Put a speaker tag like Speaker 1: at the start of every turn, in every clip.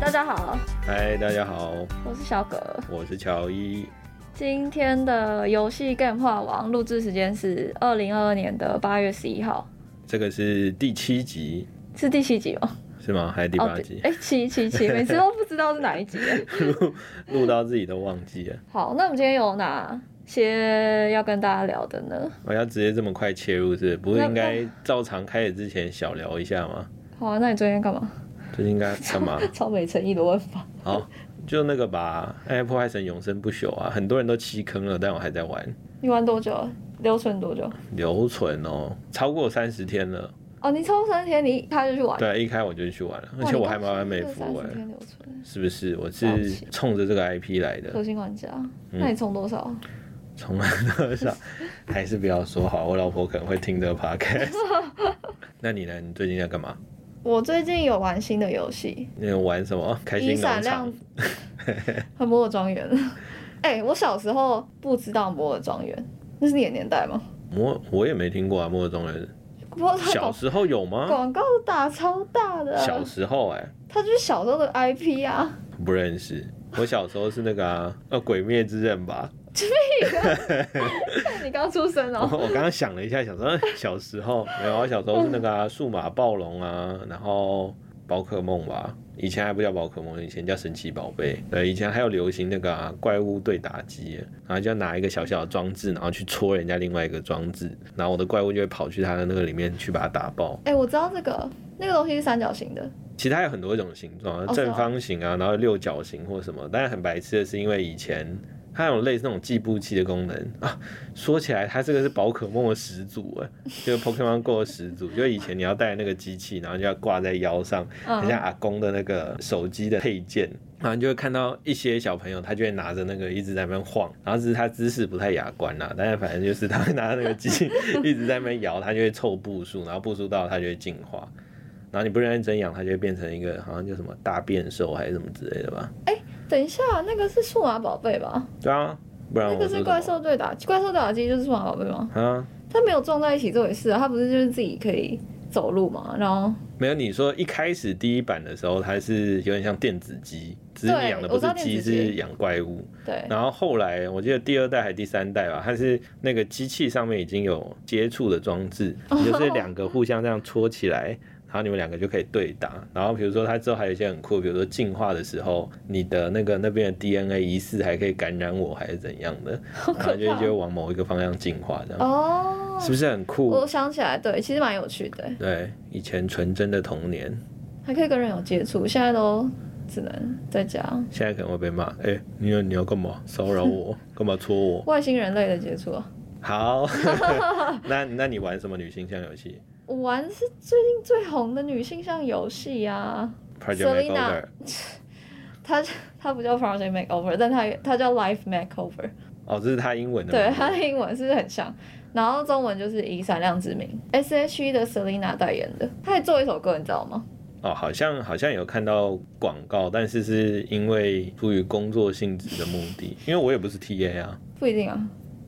Speaker 1: 大家好，
Speaker 2: 嗨，大家好，
Speaker 1: 我是小葛。
Speaker 2: 我是乔伊。
Speaker 1: 今天的游戏 Game 化王录制时间是二零二二年的八月十一号，
Speaker 2: 这个是第七集
Speaker 1: 是第七集吗？
Speaker 2: 是吗？还是第
Speaker 1: 哦，
Speaker 2: 八
Speaker 1: 对
Speaker 2: 集？
Speaker 1: 哎、七七七，每次都不知道是哪一集。
Speaker 2: 录录到自己都忘记了。
Speaker 1: 好，那我们今天有哪些要跟大家聊的呢？
Speaker 2: 我哦要直接这么快切入是不是？不是
Speaker 1: 那
Speaker 2: 应该照常开始之前小聊一下吗？
Speaker 1: 好啊，那你昨天干嘛？
Speaker 2: 最近应该 干嘛？
Speaker 1: 超没诚意的问法。
Speaker 2: 好，就那个吧，《爱破坏神永生不朽》啊，很多人都弃坑了，但我还在玩。
Speaker 1: 你玩多久了？留存多久？
Speaker 2: 留存哦，超过三十天了。
Speaker 1: 哦，你抽三天，你一开就去玩。
Speaker 2: 对，一开我就去玩了，而且我还蛮完美服
Speaker 1: 三十
Speaker 2: 哎，
Speaker 1: 天留存，
Speaker 2: 是不是？我
Speaker 1: 了
Speaker 2: 是
Speaker 1: 解
Speaker 2: 冲着这个 IP 来的。
Speaker 1: 核心玩家。
Speaker 2: 嗯
Speaker 1: 那你充多少？
Speaker 2: 从来多少，还是不要说好，我老婆可能会听这个 podcast。那你呢？你最近在干嘛？
Speaker 1: 我最近有玩新的游戏，
Speaker 2: 你有玩什么？开
Speaker 1: 以
Speaker 2: 心
Speaker 1: 闪
Speaker 2: 农
Speaker 1: 亮
Speaker 2: 场？
Speaker 1: 和摩尔庄园。哎、我小时候不知道摩尔庄园，那是你的年代吗？
Speaker 2: 我我也没听过啊，莫中 人。
Speaker 1: 摩尔庄
Speaker 2: 小
Speaker 1: 园
Speaker 2: 时候有 吗？
Speaker 1: 广告打超大的、
Speaker 2: 小
Speaker 1: 啊，
Speaker 2: 时候哎、
Speaker 1: 它就是小时候的 IP 啊。
Speaker 2: 不认识。我小时候是那个啊，呃，《鬼灭之刃》吧。
Speaker 1: 你刚出生
Speaker 2: 我
Speaker 1: 哦、
Speaker 2: 我刚刚想了一下，想说哎小时候没有啊，小时候是那个啊，数码暴龙啊，然后宝可梦吧。以前还不叫宝可梦，以前叫神奇宝贝。对，以前还有流行那个、啊、怪物对打机，然后就要拿一个小小的装置，然后去戳人家另外一个装置，然后我的怪物就会跑去它的那个里面去把它打爆。
Speaker 1: 哎、我知道这个，那个东西是三角形的，
Speaker 2: 其实它有很多种形状，啊，
Speaker 1: 哦是哦
Speaker 2: 正方形啊，然后六角形或什么。但是很白痴的是，因为以前它有类似那种计步器的功能啊。说起来，它这个是宝可梦的始祖哎，就是 Pokemon Go 的始祖。就以前你要带那个机器，然后就要挂在腰上，很
Speaker 1: 嗯，
Speaker 2: 像阿公的那个手机的配件。然后你就会看到一些小朋友，他就会拿着那个一直在那边晃，然后只是他姿势不太雅观啦、但是反正就是他会拿着那个机器一直在那边摇，他就会凑步数，然后步数到他就会进化。然后你不认真养，它就会变成一个好像叫什么大变兽还是什么之类的吧？
Speaker 1: 等一下，那个是数码宝贝吧？
Speaker 2: 对啊，不然
Speaker 1: 那
Speaker 2: 我
Speaker 1: 个
Speaker 2: 说
Speaker 1: 是
Speaker 2: 什
Speaker 1: 怪
Speaker 2: 么
Speaker 1: 兽对打，怪兽对打机就是数码宝贝吗？
Speaker 2: 啊？
Speaker 1: 它没有撞在一起，这回事啊，它不是就是自己可以走路嘛？然后
Speaker 2: 没有，你说一开始第一版的时候，它是有点像电子鸡，只是
Speaker 1: 对
Speaker 2: 你养的
Speaker 1: 我
Speaker 2: 不
Speaker 1: 知道
Speaker 2: 是
Speaker 1: 电
Speaker 2: 鸡，
Speaker 1: 子鸡
Speaker 2: 是养怪物。
Speaker 1: 对，
Speaker 2: 然后后来我记得第二代还第三代吧，它是那个机器上面已经有接触的装置，
Speaker 1: 哦
Speaker 2: 你就是两个互相这样戳起来。然后你们两个就可以对打，然后比如说它之后还有一些很酷，比如说进化的时候，你的那个那边的 DNA 疑似还可以感染我，还是怎样的，
Speaker 1: 好
Speaker 2: 然
Speaker 1: 可
Speaker 2: 后就就
Speaker 1: 怕
Speaker 2: 会往某一个方向进化，这样、
Speaker 1: 哦。
Speaker 2: 是不是很酷
Speaker 1: 我？想起来，对，其实蛮有趣的，欸
Speaker 2: 对，以前纯真的童年，
Speaker 1: 还可以跟人有接触，现在都只能在家。
Speaker 2: 现在可能会被骂，哎、你要你要干嘛？骚扰 我？干嘛戳我？
Speaker 1: 外星人类的接触啊，
Speaker 2: 好， 那那你玩什么女性向游戏
Speaker 1: 我玩是最近最红的女性向游戏啊，
Speaker 2: ？Project
Speaker 1: Selena
Speaker 2: Makeover。
Speaker 1: 它它不叫 Project Makeover，但它它叫 Life Makeover，
Speaker 2: 哦，这是他英文的
Speaker 1: 对，
Speaker 2: 名字
Speaker 1: 它的英文是很像。然后中文就是以闪亮之名，S.H.E 的 Selina 代言的，她还做一首歌，你知道吗？
Speaker 2: 哦，好像好像有看到广告，但是是因为出于工作性质的目的，因为我也不是 TA 啊。
Speaker 1: 不一定啊，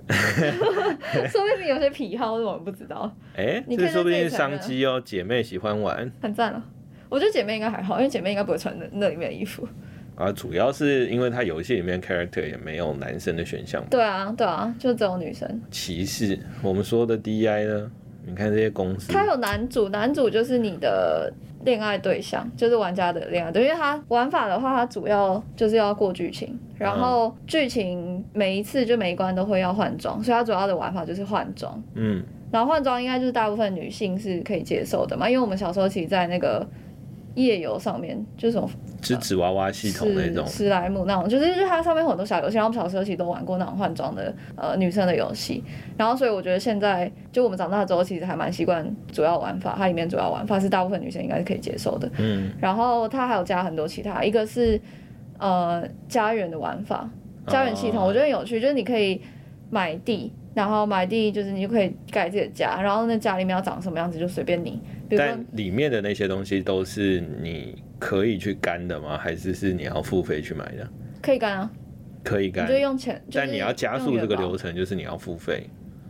Speaker 1: 说不定你有些癖好是我们不知道，
Speaker 2: 哎、
Speaker 1: 你可以
Speaker 2: 这
Speaker 1: 在
Speaker 2: 说不
Speaker 1: 这
Speaker 2: 定
Speaker 1: 里
Speaker 2: 是
Speaker 1: 承
Speaker 2: 商
Speaker 1: 认
Speaker 2: 机哦，姐妹喜欢玩
Speaker 1: 很赞啊。我觉得姐妹应该还好，因为姐妹应该不会穿那那里面的衣服。
Speaker 2: 啊，主要是因为它游戏里面 character 也没有男生的选项嘛，
Speaker 1: 对啊，对啊，就只有女生。
Speaker 2: 歧视。我们说的 DI 呢？你看这些公司，
Speaker 1: 它有男主，男主就是你的恋爱对象，就是玩家的恋爱对象。因为它玩法的话，它主要就是要过剧情，然后剧情每一次就每一关都会要换装，所以它主要的玩法就是换装。
Speaker 2: 嗯，
Speaker 1: 然后换装应该就是大部分女性是可以接受的嘛，因为我们小时候其实，在那个夜游上面，就是什么
Speaker 2: 是纸娃娃系统那种
Speaker 1: 史，史莱姆那种，就是就是它上面有很多小游戏，然后我们小时候其实都玩过那种换装的呃女生的游戏，然后所以我觉得现在就我们长大之后，其实还蛮习惯主要玩法，它里面主要玩法是大部分女生应该是可以接受的，
Speaker 2: 嗯，
Speaker 1: 然后它还有加很多其他，一个是呃家园的玩法，家园系统
Speaker 2: 哦
Speaker 1: 我觉得很有趣，就是你可以买地。然后买地就是你就可以盖自己的家，然后那家里面要长什么样子就随便你，比如说
Speaker 2: 但里面的那些东西都是你可以去干的吗？还是是你要付费去买的？
Speaker 1: 可以干啊，
Speaker 2: 可以
Speaker 1: 你
Speaker 2: 干
Speaker 1: 就，用钱，就是
Speaker 2: 但你要加
Speaker 1: 用
Speaker 2: 速这
Speaker 1: 元
Speaker 2: 个
Speaker 1: 宝
Speaker 2: 流程，就是你要付费。。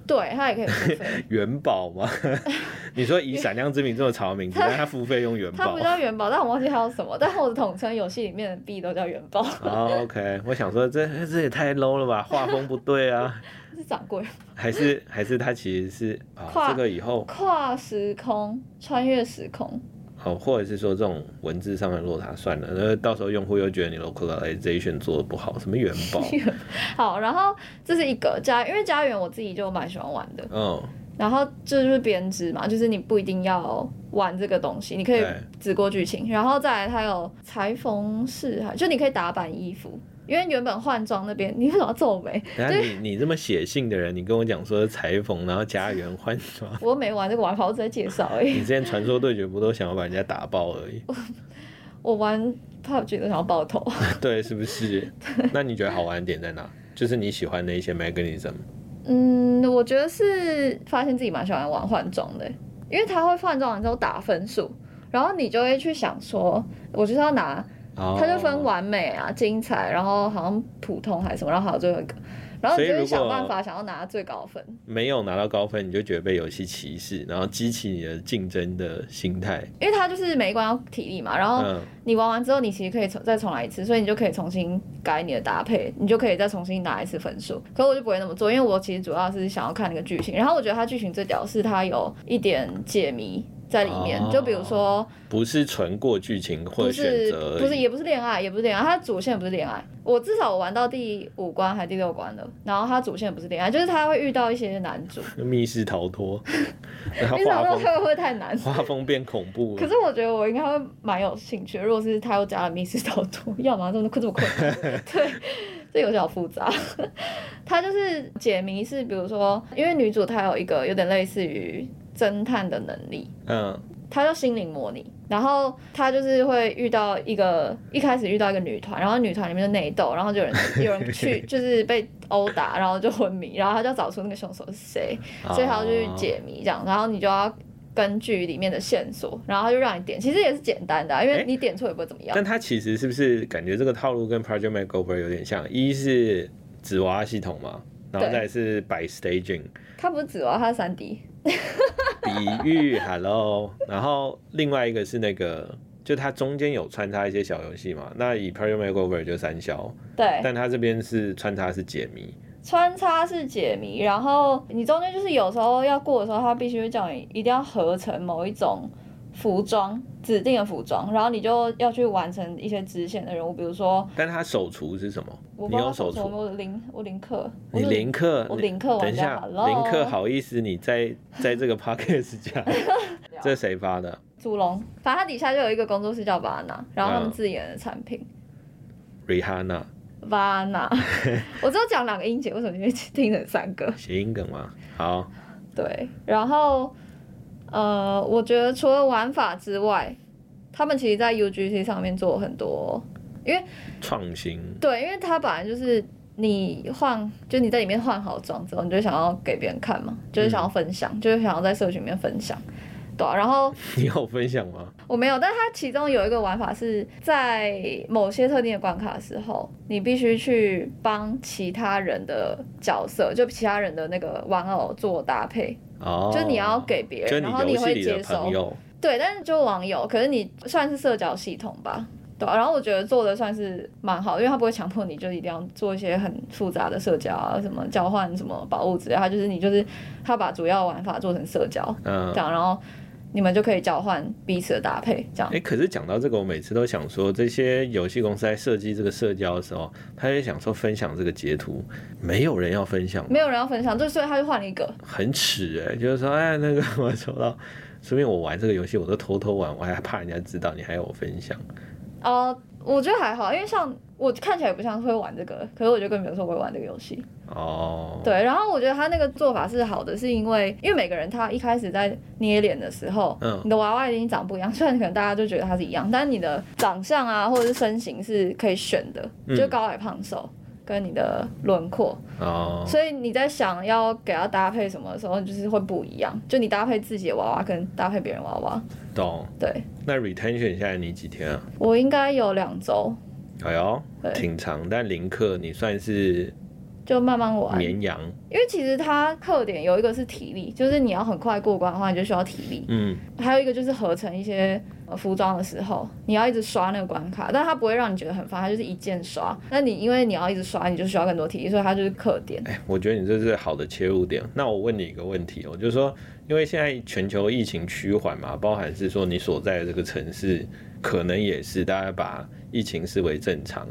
Speaker 1: 对，它也可以付费
Speaker 2: 元宝吗？ 你说以闪亮之名这么长的 名字，但它付费用元
Speaker 1: 它
Speaker 2: 宝
Speaker 1: 不。叫元宝，但我忘记它叫什么。但我统称游戏里面的币都叫元宝，
Speaker 2: 哦、o k 我想说这这也太 low 了吧，画风不对啊，
Speaker 1: 是掌柜。
Speaker 2: 还是还是它其实是啊、
Speaker 1: 跨
Speaker 2: 这个以后
Speaker 1: 跨时空，穿越时空，
Speaker 2: 哦，或者是说这种文字上的落差算了，那到时候用户又觉得你 localization 做的不好，什么元 宝，
Speaker 1: 好，然后这是一个家，因为家园我自己就蛮喜欢玩的。
Speaker 2: 嗯，
Speaker 1: 然后这就是编织嘛，就是你不一定要玩这个东西，你可以
Speaker 2: 对
Speaker 1: 只过剧情。然后再来，它有裁缝室，就你可以打版衣服。因为原本换装那边，你为什么要皱眉？
Speaker 2: 等下你你这么写信的人，你跟我讲说裁缝，然后家园换装，
Speaker 1: 我没玩这个玩法，我只在介绍而
Speaker 2: 你
Speaker 1: 已。
Speaker 2: 之前传说对决不都想要把人家打爆而已？
Speaker 1: 我玩 PUBG 都想要爆头，
Speaker 2: 对，是不是？那你觉得好玩的点在哪？就是你喜欢的一些 mechanism。
Speaker 1: 嗯，我觉得是发现自己蛮喜欢玩换装的，因为它会换装完之后打分数，然后你就会去想说，我就是要拿，
Speaker 2: 哦
Speaker 1: 它就分。完美啊、精彩，然后好像普通还是什么，然后还有最后一个，然后你就
Speaker 2: 所以
Speaker 1: 会
Speaker 2: 如果
Speaker 1: 想办法想要拿最高分。
Speaker 2: 没有拿到高分，你就觉得被游戏歧视，然后激起你的竞争的心态。
Speaker 1: 因为它就是每一关要体力嘛，然后
Speaker 2: 嗯，
Speaker 1: 你玩完之后，你其实可以重再重来一次，所以你就可以重新改你的搭配，你就可以再重新拿一次分数。可我就不会那么做，因为我其实主要是想要看那个剧情。然后我觉得它剧情最屌是它有一点解谜在里面，
Speaker 2: 哦
Speaker 1: 就比如说
Speaker 2: 不是纯过剧情
Speaker 1: 不
Speaker 2: 或者选
Speaker 1: 是
Speaker 2: 择而已，
Speaker 1: 不是也不是恋爱，也不是恋爱，它主线不是恋爱。我至少我玩到第五关还是第六关了，然后它主线不是恋爱，就是它会遇到一些男主，
Speaker 2: 密室逃 脱，然后
Speaker 1: 你想
Speaker 2: 画
Speaker 1: 到
Speaker 2: 风
Speaker 1: 它会不会太难？
Speaker 2: 画风变恐怖
Speaker 1: 可
Speaker 2: 了。
Speaker 1: 是我觉得我应该会蛮有兴趣的，如果是他又加了密室逃脱， 要么这么这么困难，对，这有点复杂。 他就是解谜是，比如说，因为女主她有一个有点类似于侦探的能力，
Speaker 2: 嗯，
Speaker 1: 她叫心灵模拟，然后她就是会遇到一个一开始遇到一个女团，然后女团里面的内斗，然后就有人有人去就是被殴打，然后就昏迷，然后她就要找出那个凶手是谁，
Speaker 2: 哦
Speaker 1: 所以他要去解谜这样，然后你就要根据里面的线索，然后他就让你点，其实也是简单的啊、因为
Speaker 2: 诶
Speaker 1: 你点错也不会怎么样。
Speaker 2: 但它其实是不是感觉这个套路跟 Project Makeover 有点像？一是纸娃娃系统嘛，然后
Speaker 1: 对
Speaker 2: 再来是摆 staging
Speaker 1: 它不是纸哦娃，它是三 D，
Speaker 2: 比喻，hello，然后另外一个是那个。就它中间有穿插一些小游戏嘛，那以 Project Makeover 就三消，
Speaker 1: 对，
Speaker 2: 但它这边是穿插是解谜，
Speaker 1: 穿插式解谜，然后你中间就是有时候要过的时候，它必须叫你一定要合成某一种服装指定的服装，然后你就要去完成一些支线的任务，比如说
Speaker 2: 但它手厨是什么？
Speaker 1: 我不知
Speaker 2: 你
Speaker 1: 道
Speaker 2: 用
Speaker 1: 它什
Speaker 2: 手
Speaker 1: 么，
Speaker 2: 厨？
Speaker 1: 我零我零克，我
Speaker 2: 你
Speaker 1: 是
Speaker 2: 林克？
Speaker 1: 我
Speaker 2: 你
Speaker 1: 零克玩家
Speaker 2: 等一下，
Speaker 1: hello
Speaker 2: 林克好意思，你在在这个 podcast 讲，这谁发的？
Speaker 1: 祖龙，反正它底下就有一个工作室叫 Vana，然后他们
Speaker 2: 嗯
Speaker 1: 自研的产品。
Speaker 2: 瑞哈娜
Speaker 1: Vana，我只有讲两个音节，为什么你会听成三个？
Speaker 2: 谐音梗吗？好，
Speaker 1: 对，然后呃，我觉得除了玩法之外，他们其实在 UGC 上面做了很多，
Speaker 2: 创新，
Speaker 1: 对，因为它本来就是你换，就你在里面换好妆之后，你就想要给别人看嘛，就是想要分享，就是想要在社群里面分享，对啊、然后
Speaker 2: 你有分享吗？
Speaker 1: 我没有，但它其中有一个玩法是在某些特定的关卡的时候，你必须去帮其他人的角色，就其他人的那个玩偶做搭配，
Speaker 2: 哦，
Speaker 1: 就是你要，给别
Speaker 2: 就是
Speaker 1: 人，
Speaker 2: 你
Speaker 1: 然后
Speaker 2: 游戏
Speaker 1: 会
Speaker 2: 里
Speaker 1: 接
Speaker 2: 的
Speaker 1: 收
Speaker 2: 朋。友，
Speaker 1: 对，但是就网友，可是你算是社交系统吧。对啊、然后我觉得做的算是蛮好，因为他不会强迫你，就一定要做一些很复杂的社交啊，什么交换什么宝物之类的。他就是你就是他把主要玩法做成社交，
Speaker 2: 嗯
Speaker 1: 这。样，然后你们就可以交换彼此的搭配，这样
Speaker 2: 哎、。可是讲到这个，我每次都想说，这些游戏公司在设计这个社交的时候，他就想说分享这个截图，没有人要分享，
Speaker 1: 没有人要分享，就所以他就换了一个。
Speaker 2: 很耻哎、就是说，哎，那个我抽到，说明我玩这个游戏我都偷偷玩，我还怕人家知道，你还要我分享，
Speaker 1: 哦，我觉得还好，因为像我看起来也不像会玩这个，可是我就跟别人说我会玩这个游戏。
Speaker 2: 哦，，
Speaker 1: 对，然后我觉得他那个做法是好的，是因为因为每个人他一开始在捏脸的时候，
Speaker 2: 嗯
Speaker 1: 你的娃娃已经长不一样，虽然可能大家就觉得他是一样，但你的长相啊或者是身形是可以选的，
Speaker 2: 嗯
Speaker 1: 就高矮胖瘦。跟你的轮廓，
Speaker 2: 哦，
Speaker 1: 所以你在想要给他搭配什么的时候，就是会不一样。就你搭配自己的娃娃跟搭配别人娃娃，
Speaker 2: 懂。
Speaker 1: 对，
Speaker 2: 那 retention 下来你几天啊？
Speaker 1: 我应该有两周，
Speaker 2: 哎呦，
Speaker 1: 对
Speaker 2: 挺长，但零克你算是
Speaker 1: 就慢慢玩。
Speaker 2: 绵羊，
Speaker 1: 因为其实它特点有一个是体力，就是你要很快过关的话，你就需要体力；
Speaker 2: 嗯，
Speaker 1: 还有一个就是合成一些呃服装的时候，你要一直刷那个关卡，但它不会让你觉得很烦，它就是一键刷。那你因为你要一直刷，你就需要更多体力，所以它就是特点。
Speaker 2: 哎，我觉得你这是好的切入点。那我问你一个问题哦，就是说，因为现在全球疫情趋缓嘛，包含是说你所在的这个城市，可能也是大家把疫情视为正常。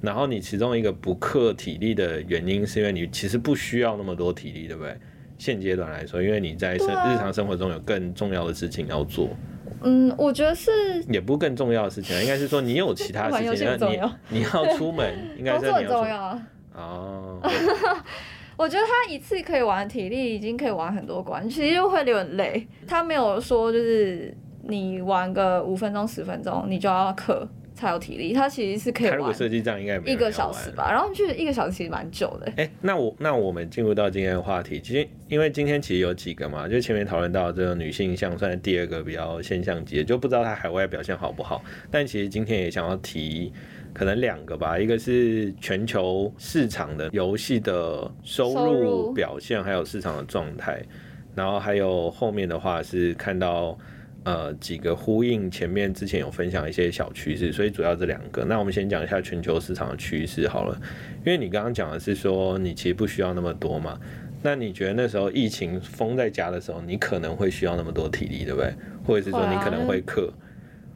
Speaker 2: 然后你其中一个不克体力的原因，是因为你其实不需要那么多体力，对不对？现阶段来说，因为你在生、
Speaker 1: 对啊
Speaker 2: 日常生活中有更重要的事情要做，
Speaker 1: 嗯，我觉得是
Speaker 2: 也不是更重要的事情啊，应该是说你有 其他
Speaker 1: 玩游
Speaker 2: 事
Speaker 1: 戏
Speaker 2: 情，
Speaker 1: 很
Speaker 2: 那
Speaker 1: 重
Speaker 2: 你
Speaker 1: 要
Speaker 2: 你要出门，应该
Speaker 1: 工
Speaker 2: 是
Speaker 1: 作很
Speaker 2: 你要出
Speaker 1: 重
Speaker 2: 门
Speaker 1: 要啊。
Speaker 2: 哦，
Speaker 1: 我觉得他一次可以玩体力，已经可以玩很多关，其实就会有点累。他没有说就是你玩个五分钟、十分钟，你就要氪才有体力。他其实是可以
Speaker 2: 他如果
Speaker 1: 玩
Speaker 2: 设计这样，应该也没有
Speaker 1: 一
Speaker 2: 人
Speaker 1: 个
Speaker 2: 要
Speaker 1: 小
Speaker 2: 玩
Speaker 1: 时吧，然后就是一个小时其实蛮久的。
Speaker 2: 哎、那我那我们进入到今天的话题，其实因为今天其实有几个嘛，就前面讨论到这个女性向算是第二个比较现象级的，就不知道她海外表现好不好。但其实今天也想要提可能两个吧，一个是全球市场的游戏的收
Speaker 1: 收
Speaker 2: 入
Speaker 1: 入
Speaker 2: 表现，还有市场的状态，然后还有后面的话是看到。呃，几个呼应前面之前有分享一些小趋势，所以主要这两个。那我们先讲一下全球市场的趋势好了。因为你刚刚讲的是说你其实不需要那么多嘛，那你觉得那时候疫情封在家的时候，你可能会需要那么多体力，对不对？或者是说
Speaker 1: 会啊
Speaker 2: 你可能会克、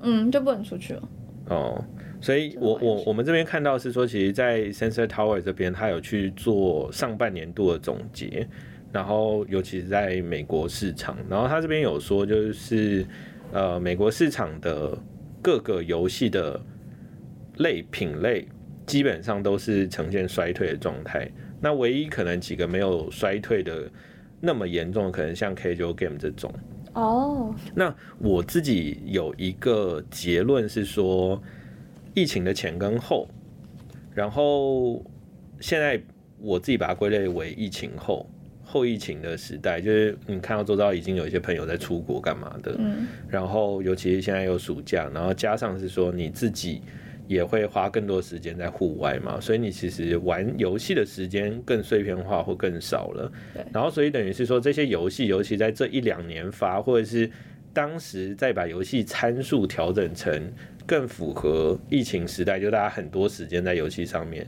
Speaker 1: 嗯，就不能出去了。
Speaker 2: 哦。所以我，
Speaker 1: 这个
Speaker 2: 我
Speaker 1: 我也是
Speaker 2: 我们这边看到是说，其实，在 Sensor Tower 这边，它有去做上半年度的总结，然后尤其是在美国市场，然后它这边有说，就是呃，美国市场的各个游戏的类品类基本上都是呈现衰退的状态。那唯一可能几个没有衰退的那么严重，可能像 K9 Game 这种。
Speaker 1: 哦，
Speaker 2: 那我自己有一个结论是说，疫情的前跟后，然后现在我自己把它归类为疫情后后疫情的时代，就是你看到周遭已经有一些朋友在出国干嘛的，
Speaker 1: 嗯，
Speaker 2: 然后尤其是现在有暑假，然后加上是说你自己也会花更多时间在户外嘛，所以你其实玩游戏的时间更碎片化或更少了
Speaker 1: 对。
Speaker 2: 然后所以等于是说这些游戏，尤其在这一两年发，或者是当时再把游戏参数调整成更符合疫情时代，就大家很多时间在游戏上面。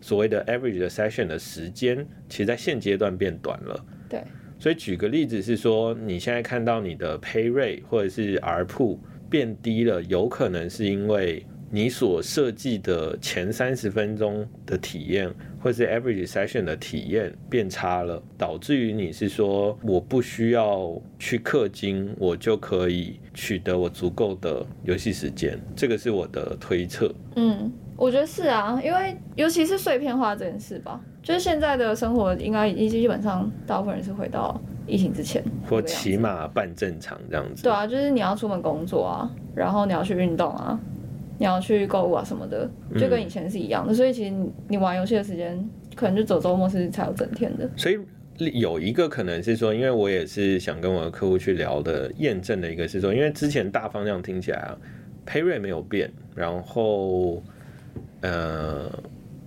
Speaker 2: 所谓的 average 的 session 的时间，其实在现阶段变短了。
Speaker 1: 对，
Speaker 2: 所以举个例子是说，你现在看到你的 pay rate 或者是 R p 变低了，有可能是因为你所设计的前三十分钟的体验，或是 average session 的体验变差了，导致于你是说我不需要去氪金，我就可以取得我足够的游戏时间，这个是我的推测。
Speaker 1: 嗯，我觉得是啊，因为尤其是碎片化这件事吧，就是现在的生活应该已经基本上大部分人是回到疫情之前
Speaker 2: 或
Speaker 1: 那个样子
Speaker 2: 起码半正常这样
Speaker 1: 啊
Speaker 2: 子
Speaker 1: 对，啊，就是你要出门工作啊，然后你要去运动啊，你要去购物啊什么的，就
Speaker 2: 嗯
Speaker 1: 跟以前是一样的。所以其实你你玩游戏的时间，可能就走周末是才有整天的。
Speaker 2: 所以有一个可能是说，因为我也是想跟我的客户去聊的，验证的一个是说，因为之前大方向听起来啊，pay rate 没有变，然后呃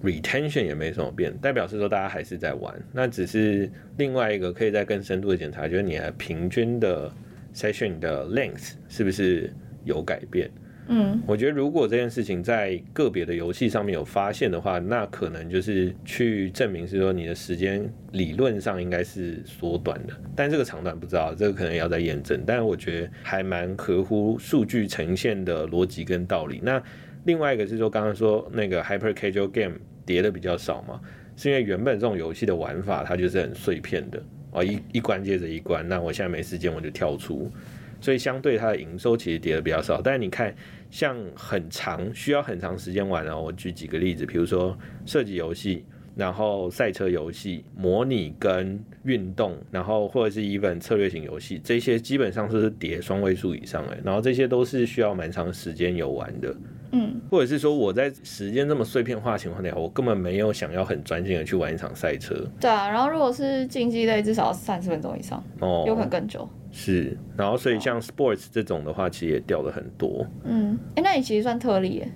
Speaker 2: retention 也没什么变，代表是说大家还是在玩，那只是另外一个可以再更深度的检查，就是你的平均的 session 的 length 是不是有改变。
Speaker 1: 嗯，
Speaker 2: 我觉得如果这件事情在个别的游戏上面有发现的话，那可能就是去证明是说你的时间理论上应该是缩短的，但这个长短不知道，这个可能要再验证。但我觉得还蛮合乎数据呈现的逻辑跟道理。那另外一个是说，刚刚说那个 Hyper Casual Game 叠的比较少嘛，是因为原本这种游戏的玩法它就是很碎片的哦，一一关接着一关，那我现在没时间我就跳出。所以相对它的营收其实跌的比较少，但是你看像很长需要很长时间玩哦。我举几个例子，比如说射击游戏，然后赛车游戏、模拟跟运动，然后或者是 even 策略型游戏，这些基本上都是叠双位数以上哎，然后这些都是需要蛮长时间游玩的。
Speaker 1: 嗯，
Speaker 2: 或者是说我在时间这么碎片化的情况下，我根本没有想要很专心的去玩一场赛车
Speaker 1: 对啊。然后如果是竞技类，至少三十分钟以上，
Speaker 2: 哦，
Speaker 1: 有可能更久。
Speaker 2: 是，然后所以像 sports 这种的话，其实也掉了很多。
Speaker 1: 嗯，哎、那你其实算特例耶，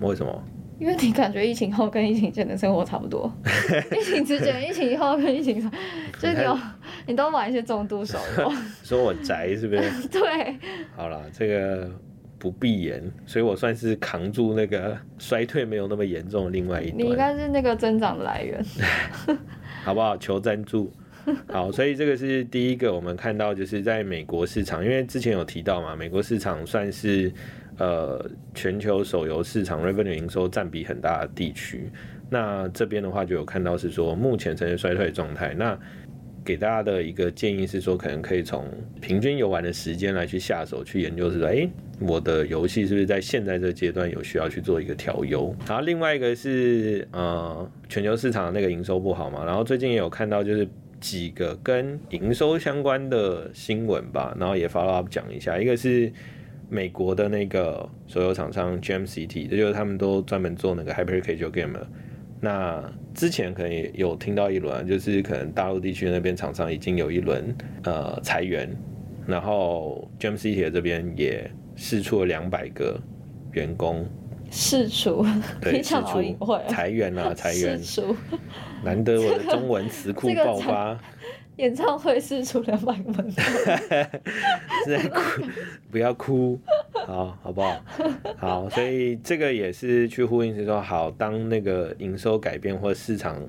Speaker 2: 为什么？
Speaker 1: 因为你感觉疫情后跟疫情前的生活差不 多，疫情之前、疫情后跟疫情上，就是你有你都玩一些重度手 游，
Speaker 2: 说我宅是不是？
Speaker 1: 对，
Speaker 2: 好啦，这个不必言，所以我算是扛住那个衰退没有那么严重的另外一
Speaker 1: 你应
Speaker 2: 端，
Speaker 1: 该是那个增长的来源。
Speaker 2: 好不好？求赞 助。好，所以这个是第一个，我们看到就是在美国市场，因为之前有提到嘛，美国市场算是呃全球手游市场 revenue 营收占比很大的地区。那这边的话就有看到是说目前呈现衰退的状态。那给大家的一个建议是说，可能可以从平均游玩的时间来去下手去研究，是说，哎、我的游戏是不是在现在这个阶段有需要去做一个调优？然后另外一个是呃，全球市场的那个营收不好嘛，然后最近也有看到就是。几个跟营收相关的新闻吧，然后也 follow up 讲一下。一个是美国的那个手游厂商 GMCT，这就是他们都专门做那个 hyper casual game 的。那之前可能也有听到一轮啊，就是可能大陆地区那边厂商已经有一轮呃裁员，然后 GMCT 的这边也试出了两百个员工，
Speaker 1: 试除，
Speaker 2: 对，
Speaker 1: 你
Speaker 2: 试
Speaker 1: 讲得好隐晦
Speaker 2: 出
Speaker 1: 哦
Speaker 2: 裁员啊，裁员
Speaker 1: 试，除，
Speaker 2: 难得我的中文词库
Speaker 1: 这个
Speaker 2: 爆
Speaker 1: 裁
Speaker 2: 发。
Speaker 1: 演唱会试除两百个 门票，
Speaker 2: 是在哭，不要哭，好好不好？好，所以这个也是去呼应是说，好，当那个营收改变或市场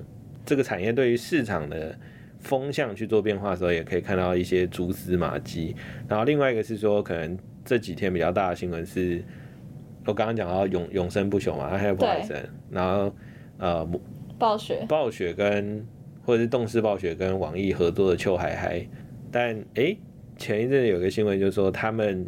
Speaker 2: 这个产业对于市场的风向去做变化的时候，也可以看到一些蛛丝马迹。然后另外一个是说，可能这几天比较大的新闻是，我刚刚讲到永永生不朽嘛，还有不海神，然后呃
Speaker 1: 暴雪
Speaker 2: 暴雪跟或者是动视暴雪跟网易合作的《秋海海》，但诶，前一阵子有个新闻就是说他们《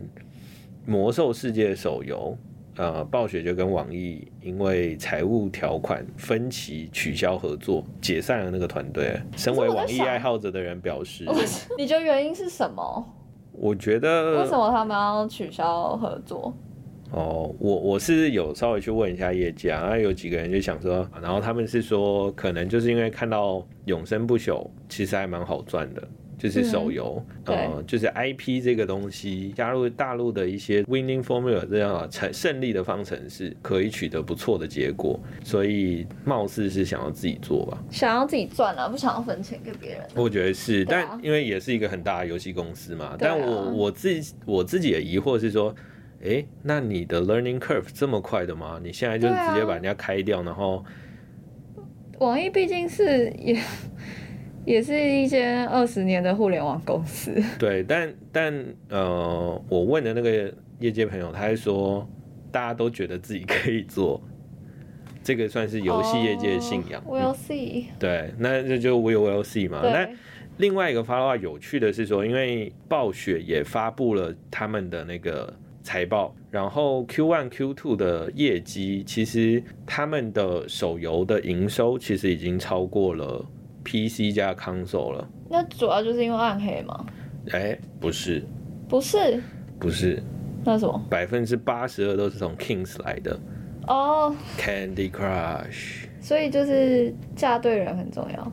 Speaker 2: 魔兽世界》手游，呃，暴雪就跟网易因为财务条款分歧取消合作，解散了那个团队。身为网易爱好者的人表示，
Speaker 1: 你觉得原因是什么？
Speaker 2: 我觉
Speaker 1: 为什
Speaker 2: 得
Speaker 1: 么他们要取消合作？
Speaker 2: 哦，我我是有稍微去问一下业界啊，那有几个人就想说，然后他们是说，可能就是因为看到永生不朽其实还蛮好赚的。就是手游，
Speaker 1: 嗯
Speaker 2: 呃，就是 IP 这个东西加入大陆的一些 winning formula 这样啊，成胜利的方程式，可以取得不错的结果，所以貌似是想要自己做吧。
Speaker 1: 想要自己赚啊，不想要分钱给别人。
Speaker 2: 我觉得是，
Speaker 1: 对啊
Speaker 2: 但因为也是一个很大的游戏公司嘛，
Speaker 1: 对啊
Speaker 2: 但我我自己我自己的疑惑是说，诶，那你的 learning curve 这么快的吗？你现在就
Speaker 1: 对啊
Speaker 2: 直接把人家开掉，然后
Speaker 1: 网易毕竟是也 也是一间二十年的互联网公司，
Speaker 2: 对，但但呃，我问的那个业界朋友，他是说大家都觉得自己可以做，这个算是游戏业界的信仰。嗯
Speaker 1: Oh, we'll see。
Speaker 2: 对，那这就 we will see 嘛。那
Speaker 1: 对，
Speaker 2: 另外一个发的话，有趣的是说，因为暴雪也发布了他们的那个财报，然后 Q1、Q2 的业绩，其实他们的手游的营收其实已经超过了 PC 加 console 了。
Speaker 1: 那主要就是因为暗黑嘛，
Speaker 2: 哎，不是，
Speaker 1: 不是？
Speaker 2: 不是，
Speaker 1: 那什么？
Speaker 2: 百分之八十二都是从 Kings 来的
Speaker 1: 哦、
Speaker 2: Candy Crush。
Speaker 1: 所以就是嫁对人很重要。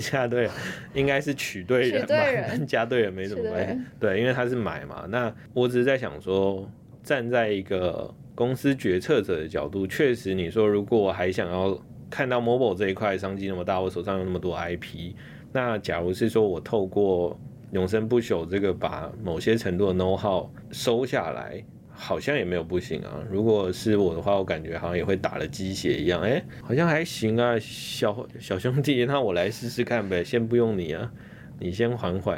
Speaker 2: 加对，啊应该是取对人吧，
Speaker 1: 取对人
Speaker 2: 但 加对人没什么关
Speaker 1: 取对
Speaker 2: 系
Speaker 1: 人。
Speaker 2: 对，因为他是买嘛。那我只是在想说，站在一个公司决策者的角度，确实你说，如果我还想要看到 mobile 这一块商机那么大，我手上有那么多 IP，那假如是说我透过永生不朽这个把某些程度的 know how 收下来。好像也没有不行啊。如果是我的话，我感觉好像也会打了鸡血一样。哎、好像还行啊，小小兄弟，那我来试试看呗。先不用你啊，你先缓缓。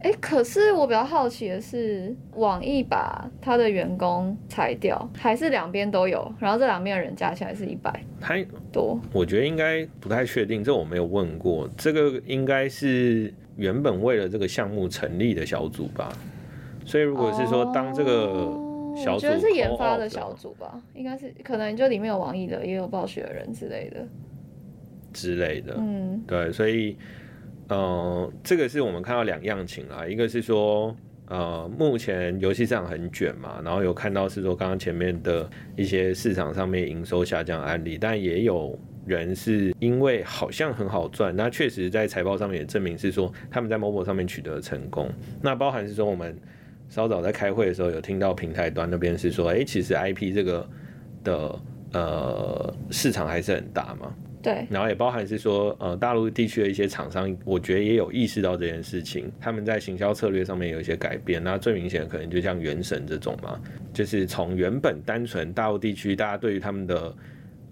Speaker 1: 哎、可是我比较好奇的是，网易把他的员工裁掉，还是两边都有？然后这两边的人加起来是一百
Speaker 2: 他
Speaker 1: 多，
Speaker 2: 我觉得应该不太确定，这我没有问过。这个应该是原本为了这个项目成立的小组吧。所以如果是说当这个
Speaker 1: 哦
Speaker 2: 小组
Speaker 1: 我觉得是研
Speaker 2: call
Speaker 1: 发
Speaker 2: out
Speaker 1: 的
Speaker 2: 的
Speaker 1: 小
Speaker 2: 话
Speaker 1: 组吧，哦应该是可能就里面有网易的，也有暴雪的人之类的。
Speaker 2: 之类的，
Speaker 1: 嗯，
Speaker 2: 对，所以，呃，这个是我们看到两样情啦，一个是说，呃，目前游戏市场很卷嘛，然后有看到是说刚刚前面的一些市场上面营收下降的案例，但也有人是因为好像很好赚，那确实在财报上面也证明是说他们在 mobile 上面取得成功，那包含是说我们稍早在开会的时候有听到平台端那边是说，诶，其实 IP 这个的呃市场还是很大嘛，
Speaker 1: 对，
Speaker 2: 然后也包含是说呃大陆地区的一些厂商，我觉得也有意识到这件事情，他们在行销策略上面有一些改变。那最明显的可能就像原神这种嘛，就是从原本单纯大陆地区大家对于他们的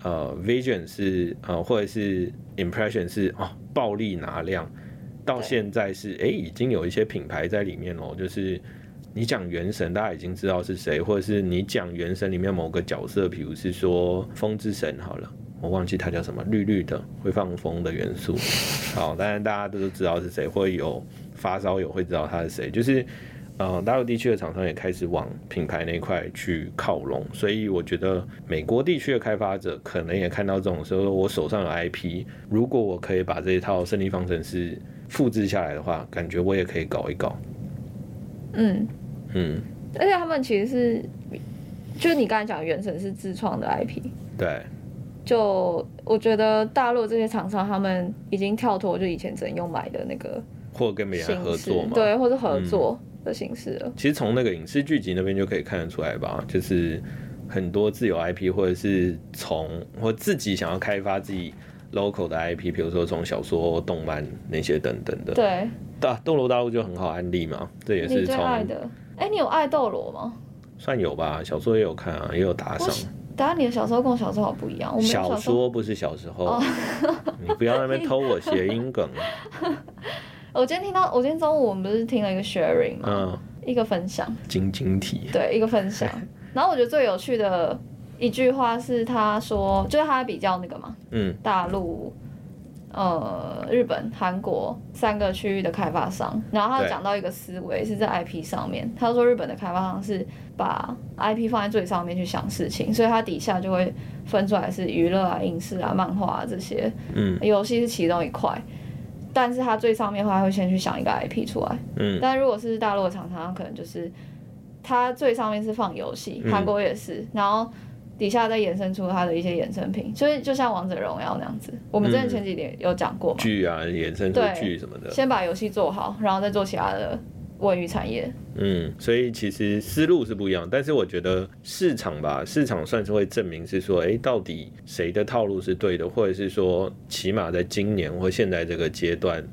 Speaker 2: 呃 vision 是呃或者是 impression 是哦暴力拿量，到
Speaker 1: 对
Speaker 2: 现在是诶已经有一些品牌在里面咯，就是。你讲原神，大家已经知道是谁，或者是你讲原神里面某个角色，比如是说风之神好了，我忘记他叫什么，绿绿的会放风的元素。 好，当然大家都知道是谁，会有发烧友会知道他是谁，就是。呃，大陆地区的厂商也开始往品牌那一块去靠拢，所以我觉得美国地区的开发者可能也看到这种，说哦我手上有 IP，如果我可以把这一套胜利方程式复制下来的话，感觉我也可以搞一搞。
Speaker 1: 嗯，
Speaker 2: 嗯，
Speaker 1: 而且他们其实是，就是你刚才讲的原神是自创的 IP，
Speaker 2: 对，
Speaker 1: 就我觉得大陆这些厂商他们已经跳脱就以前只能用买的那个
Speaker 2: 或跟别人合
Speaker 1: 形式
Speaker 2: 作嘛，，嗯
Speaker 1: 对，或是合作的形式了。
Speaker 2: 其实从那个影视剧集那边就可以看得出来吧，就是很多自有 IP 或者是从或自己想要开发自己 local 的 IP，比如说从小说、动漫那些等等的。
Speaker 1: 对，
Speaker 2: 大斗罗大陆就很好安利嘛，这也
Speaker 1: 你
Speaker 2: 是
Speaker 1: 最爱
Speaker 2: 从
Speaker 1: 的，哎、你有爱斗罗吗？
Speaker 2: 算有吧，小说也有看啊，也有打赏
Speaker 1: 我。答案你的小时候跟我小哦时候好不一样，我们有
Speaker 2: 小
Speaker 1: 时候，
Speaker 2: 说不是小时候， 你不要在那边偷我谐 音梗。
Speaker 1: 我今天听到，我今天中午我们不是听了一个 sharing 吗？
Speaker 2: 嗯，
Speaker 1: 一个分享，
Speaker 2: 晶晶体，
Speaker 1: 对，一个分 享。然后我觉得最有趣的一句话是他说，就是他比较那个嘛，
Speaker 2: 嗯
Speaker 1: 大陆、呃日本、韩国三个区域的开发商，然后他有
Speaker 2: 对
Speaker 1: 讲到一个思维是在 IP 上面，他说日本的开发商是把 IP 放在最上面去想事情，所以它底下就会分出来是娱乐啊、影视啊、漫画啊这些，
Speaker 2: 嗯
Speaker 1: 游戏是其中一块。但是它最上面的话，它会先去想一个 IP 出来。
Speaker 2: 嗯，
Speaker 1: 但如果是大陆的厂商，可能就是它最上面是放游戏，
Speaker 2: 嗯
Speaker 1: 韩国也是，然后底下再延伸出它的一些衍生品，所以就像王者荣耀那样子，我们之前
Speaker 2: 嗯
Speaker 1: 前几年有讲过嘛，
Speaker 2: 剧啊，衍生出
Speaker 1: 对
Speaker 2: 剧什么的。
Speaker 1: 先把游戏做好，然后再做其他的文娱产业。
Speaker 2: 嗯，所以其实思路是不一样，但是我觉得市场吧，市场算是会证明是说，诶，到底谁的套路是对的，或者是说，起码在今年或现在这个阶段，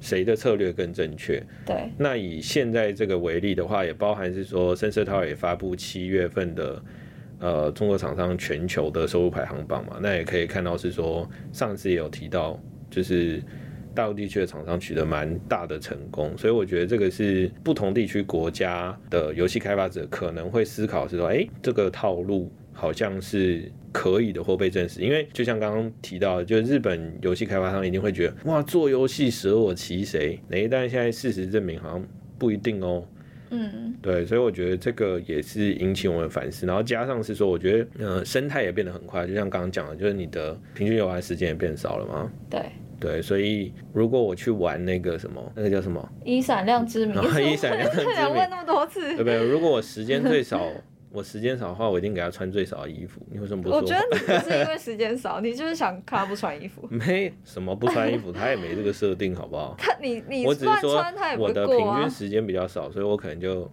Speaker 2: 谁的策略更正确。
Speaker 1: 对，
Speaker 2: 那以现在这个为例的话，也包含是说，深色涛也发布七月份的呃中国厂商全球的收入排行榜嘛，那也可以看到是说，上次也有提到，就是大陆地区的厂商取得蛮大的成功，所以我觉得这个是不同地区国家的游戏开发者可能会思考是说，诶，这个套路好像是。可以的或被证实，因为就像刚刚提到的，就是日本游戏开发商一定会觉得哇，做游戏舍我其谁？诶，但是现在事实证明好像不一定哦。
Speaker 1: 嗯，
Speaker 2: 对，所以我觉得这个也是引起我们的反思，然后加上是说，我觉得呃生态也变得很快，就像刚刚讲的，就是你的平均游玩时间也变少了嘛。
Speaker 1: 对，
Speaker 2: 对，所以如果我去玩那个什么，那个叫什么，
Speaker 1: 以闪亮之名
Speaker 2: 然，后 一啊闪亮之
Speaker 1: 不想
Speaker 2: 名
Speaker 1: 问，那么多次
Speaker 2: 对。不对？如果我时间最少， 我时间少的话，我一定给他穿最少的衣服。你为什么不说？
Speaker 1: 我 觉得你不是因为时间少，你就是想看他不穿衣服。
Speaker 2: 没什么不穿衣服，他也没这个设定，好不好？
Speaker 1: 他你 你
Speaker 2: 我只是
Speaker 1: 乱
Speaker 2: 说
Speaker 1: 穿他也不
Speaker 2: 我
Speaker 1: 会
Speaker 2: 的
Speaker 1: 过
Speaker 2: 平
Speaker 1: 啊
Speaker 2: 均，时间比较少，所以我可能就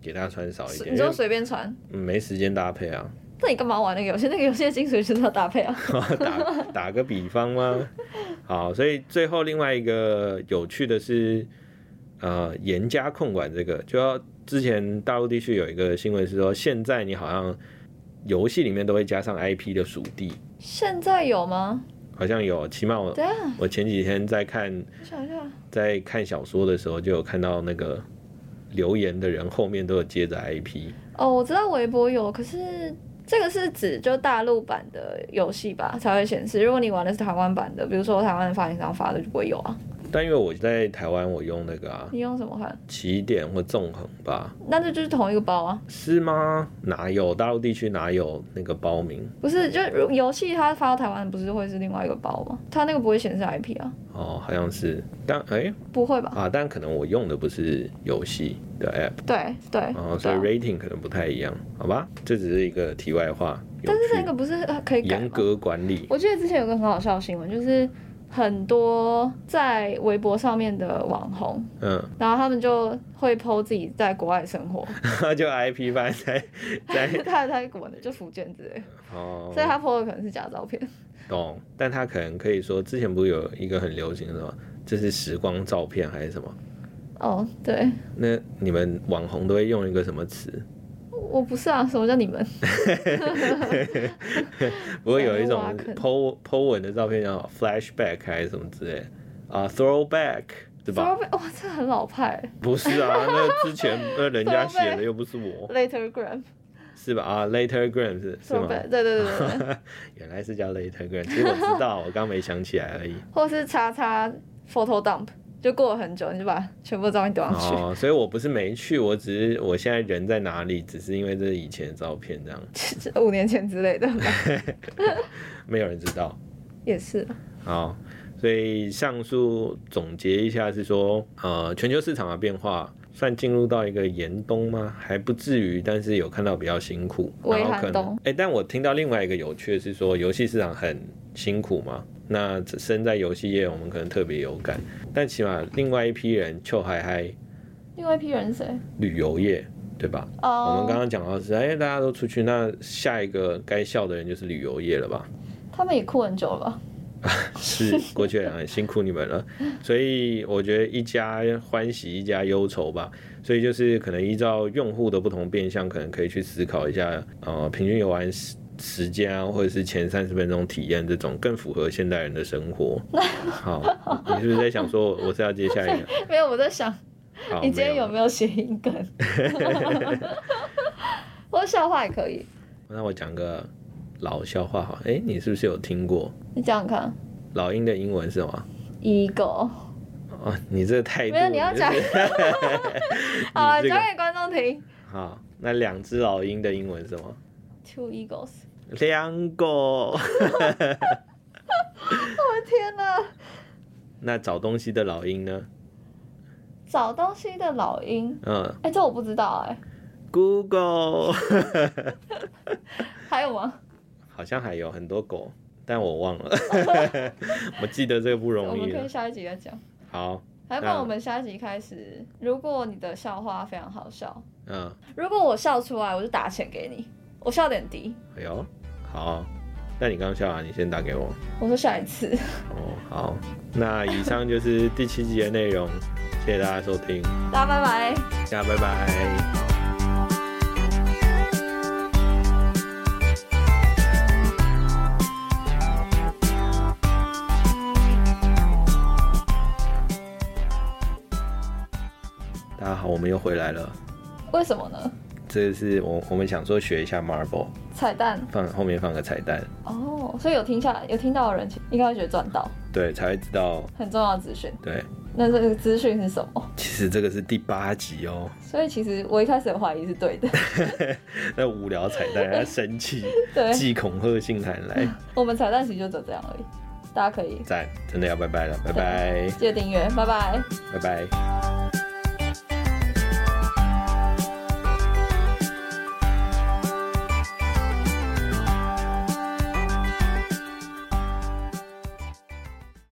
Speaker 2: 给大家穿少一点，
Speaker 1: 你
Speaker 2: 因为
Speaker 1: 就随便穿。
Speaker 2: 嗯没时间搭配啊。
Speaker 1: 那你干嘛玩那个游戏？那个游戏的精髓就是要搭配啊。
Speaker 2: 打打个比方吗？好，所以最后另外一个有趣的是，呃，严加控管这个，就要之前大陆地区有一个新闻是说，现在你好像游戏里面都会加上 IP 的属地，
Speaker 1: 现在有吗？
Speaker 2: 好像有，起码我
Speaker 1: 等一下，
Speaker 2: 我前几天在看
Speaker 1: 我想一下，
Speaker 2: 在看小说的时候就有看到那个留言的人后面都有接着 IP，
Speaker 1: 哦，我知道微博有，可是这个是指就大陆版的游戏吧才会显示。如果你玩的是台湾版的，比如说台湾的发行商发的就不会有啊。
Speaker 2: 但因为我在台湾我用那个啊
Speaker 1: 你用什么换？
Speaker 2: 起点或纵横吧，
Speaker 1: 那这就是同一个包啊，
Speaker 2: 是吗？哪有大陆地区哪有那个包名
Speaker 1: 不是？就如游戏它发到台湾不是会是另外一个包吗？它那个不会显示 IP 啊？
Speaker 2: 哦？好像是，但哎、
Speaker 1: 不会吧？
Speaker 2: 啊，但可能我用的不是游戏的 app，
Speaker 1: 对对，
Speaker 2: 哦，
Speaker 1: 对
Speaker 2: 所以
Speaker 1: 啊
Speaker 2: rating 可能不太一样，好吧？这只是一个题外话，有
Speaker 1: 但是
Speaker 2: 趣
Speaker 1: 那个不是呃可以改
Speaker 2: 严
Speaker 1: 吗？
Speaker 2: 格管理，
Speaker 1: 我记得之前有个很好笑的新闻，就是很多在微博上面的网红，
Speaker 2: 嗯，
Speaker 1: 然后他们就会 PO 自己在国外生活，
Speaker 2: 就 IP 翻在 在
Speaker 1: 他他国内就福建之类的，
Speaker 2: 哦，
Speaker 1: 所以他 PO 的可能是假照片。
Speaker 2: 懂，但他可能可以说，之前不是有一个很流行的什么，这是时光照片还是什么？
Speaker 1: 哦，对，
Speaker 2: 那你们网红都会用一个什么词？
Speaker 1: 我不是啊，什么叫你们？
Speaker 2: 不会有一种
Speaker 1: 哇可
Speaker 2: po po 文的照片叫 flashback 还是什么之类的啊，throwback 对
Speaker 1: 怎么
Speaker 2: 吧？
Speaker 1: 被哇，这很老派
Speaker 2: 不是啊，那之前那人家写
Speaker 1: throwback
Speaker 2: 的又不是我，
Speaker 1: ，Later Gram，
Speaker 2: 是吧？啊，later gram 是是吗？
Speaker 1: 对对对 对对，
Speaker 2: 原来是叫 later gram，其实我知道，我刚没想起来而已。
Speaker 1: 或是叉叉 Photo Dump，就过了很久，你就把全部的照片丢上去。
Speaker 2: 哦，所以我不是没去，我只是我现在人在哪里，只是因为这是以前的照片这样，
Speaker 1: 五年前之类的，
Speaker 2: 没有人知道。
Speaker 1: 也是。
Speaker 2: 好，啊所以上述总结一下是说，呃，全球市场的变化算进入到一个严冬吗？还不至于，但是有看到比较辛苦，
Speaker 1: 微
Speaker 2: 然后
Speaker 1: 寒
Speaker 2: 可能
Speaker 1: 冬
Speaker 2: 哎、但我听到另外一个有趣的是说，游戏市场很辛苦嘛。那身在游戏业，我们可能特别有感，但起码另外一批人，就还还
Speaker 1: 另外一批人是谁？
Speaker 2: 旅游业，对吧？我
Speaker 1: 哦
Speaker 2: 们刚刚讲到是，哎、大家都出去，那下一个该笑的人就是旅游业了吧？
Speaker 1: 他们也哭很久了吧？
Speaker 2: 是过去很辛苦你们了， 所以我觉得一家欢喜一家忧愁吧。所以就是可能依照用户的不同变相，可能可以去思考一下，呃，平均游玩时时间啊，或者是前三十分钟体验这种，更符合现代人的生活。 好，你是不是在想说我是要接下一个？
Speaker 1: 没有，我在想
Speaker 2: 好，
Speaker 1: 你今天有
Speaker 2: 哦没
Speaker 1: 没有谐音 梗？ 我笑话也可以，
Speaker 2: 有？那我讲个老笑话好了，哎、你是不是有听过
Speaker 1: 你讲讲看。
Speaker 2: 老鹰的英文是什么？
Speaker 1: ego
Speaker 2: 哦，你这个态度，
Speaker 1: 没有你要
Speaker 2: 就是
Speaker 1: 讲 啊，
Speaker 2: 这个
Speaker 1: 讲给观众听。
Speaker 2: 好，那两只老鹰的英文是什么？
Speaker 1: Two egos，
Speaker 2: 两个。
Speaker 1: 我的天哪！
Speaker 2: 那找东西的老鹰呢？
Speaker 1: 找东西的老鹰，
Speaker 2: 嗯
Speaker 1: 哎、这我不知道哎、
Speaker 2: ，Google，
Speaker 1: 还有吗？
Speaker 2: 好像还有很多狗，但我忘了。 我记得这个不
Speaker 1: 我
Speaker 2: 容
Speaker 1: 们
Speaker 2: 易
Speaker 1: 可
Speaker 2: 了
Speaker 1: 以。下一集再讲。
Speaker 2: 好，
Speaker 1: 还不然
Speaker 2: 那
Speaker 1: 我们下一集开始，如果你的笑话非常好笑，
Speaker 2: 嗯，
Speaker 1: 如果我笑出来，我就打钱给你。我笑点低，
Speaker 2: 哎呦，好，那你刚笑啊完，你先打给我。
Speaker 1: 我说下一次，
Speaker 2: 哦，好，那以上就是第七集的内容，谢谢大家收听，
Speaker 1: 大家拜拜。
Speaker 2: 大家拜拜。大家好，我们又回来了。
Speaker 1: 为什么呢？
Speaker 2: 这是我我们想说学一下 Marble，
Speaker 1: 彩蛋
Speaker 2: 放后面放个彩蛋，
Speaker 1: 哦，所以有听下来有听到的人，应该会觉得赚到
Speaker 2: 对，才会知道。
Speaker 1: 很重要的资讯。
Speaker 2: 对，
Speaker 1: 那这个资讯是什么？
Speaker 2: 其实这个是第八集哦，
Speaker 1: 所以其实我一开始有怀疑是对的，
Speaker 2: 那无聊彩蛋，人家生气，
Speaker 1: 对
Speaker 2: 寄恐吓信函来，
Speaker 1: 我们彩蛋其实就只有这样而已。大家可以
Speaker 2: 赞，真的要拜拜了，拜拜，
Speaker 1: 记得订阅，拜拜。
Speaker 2: 拜拜。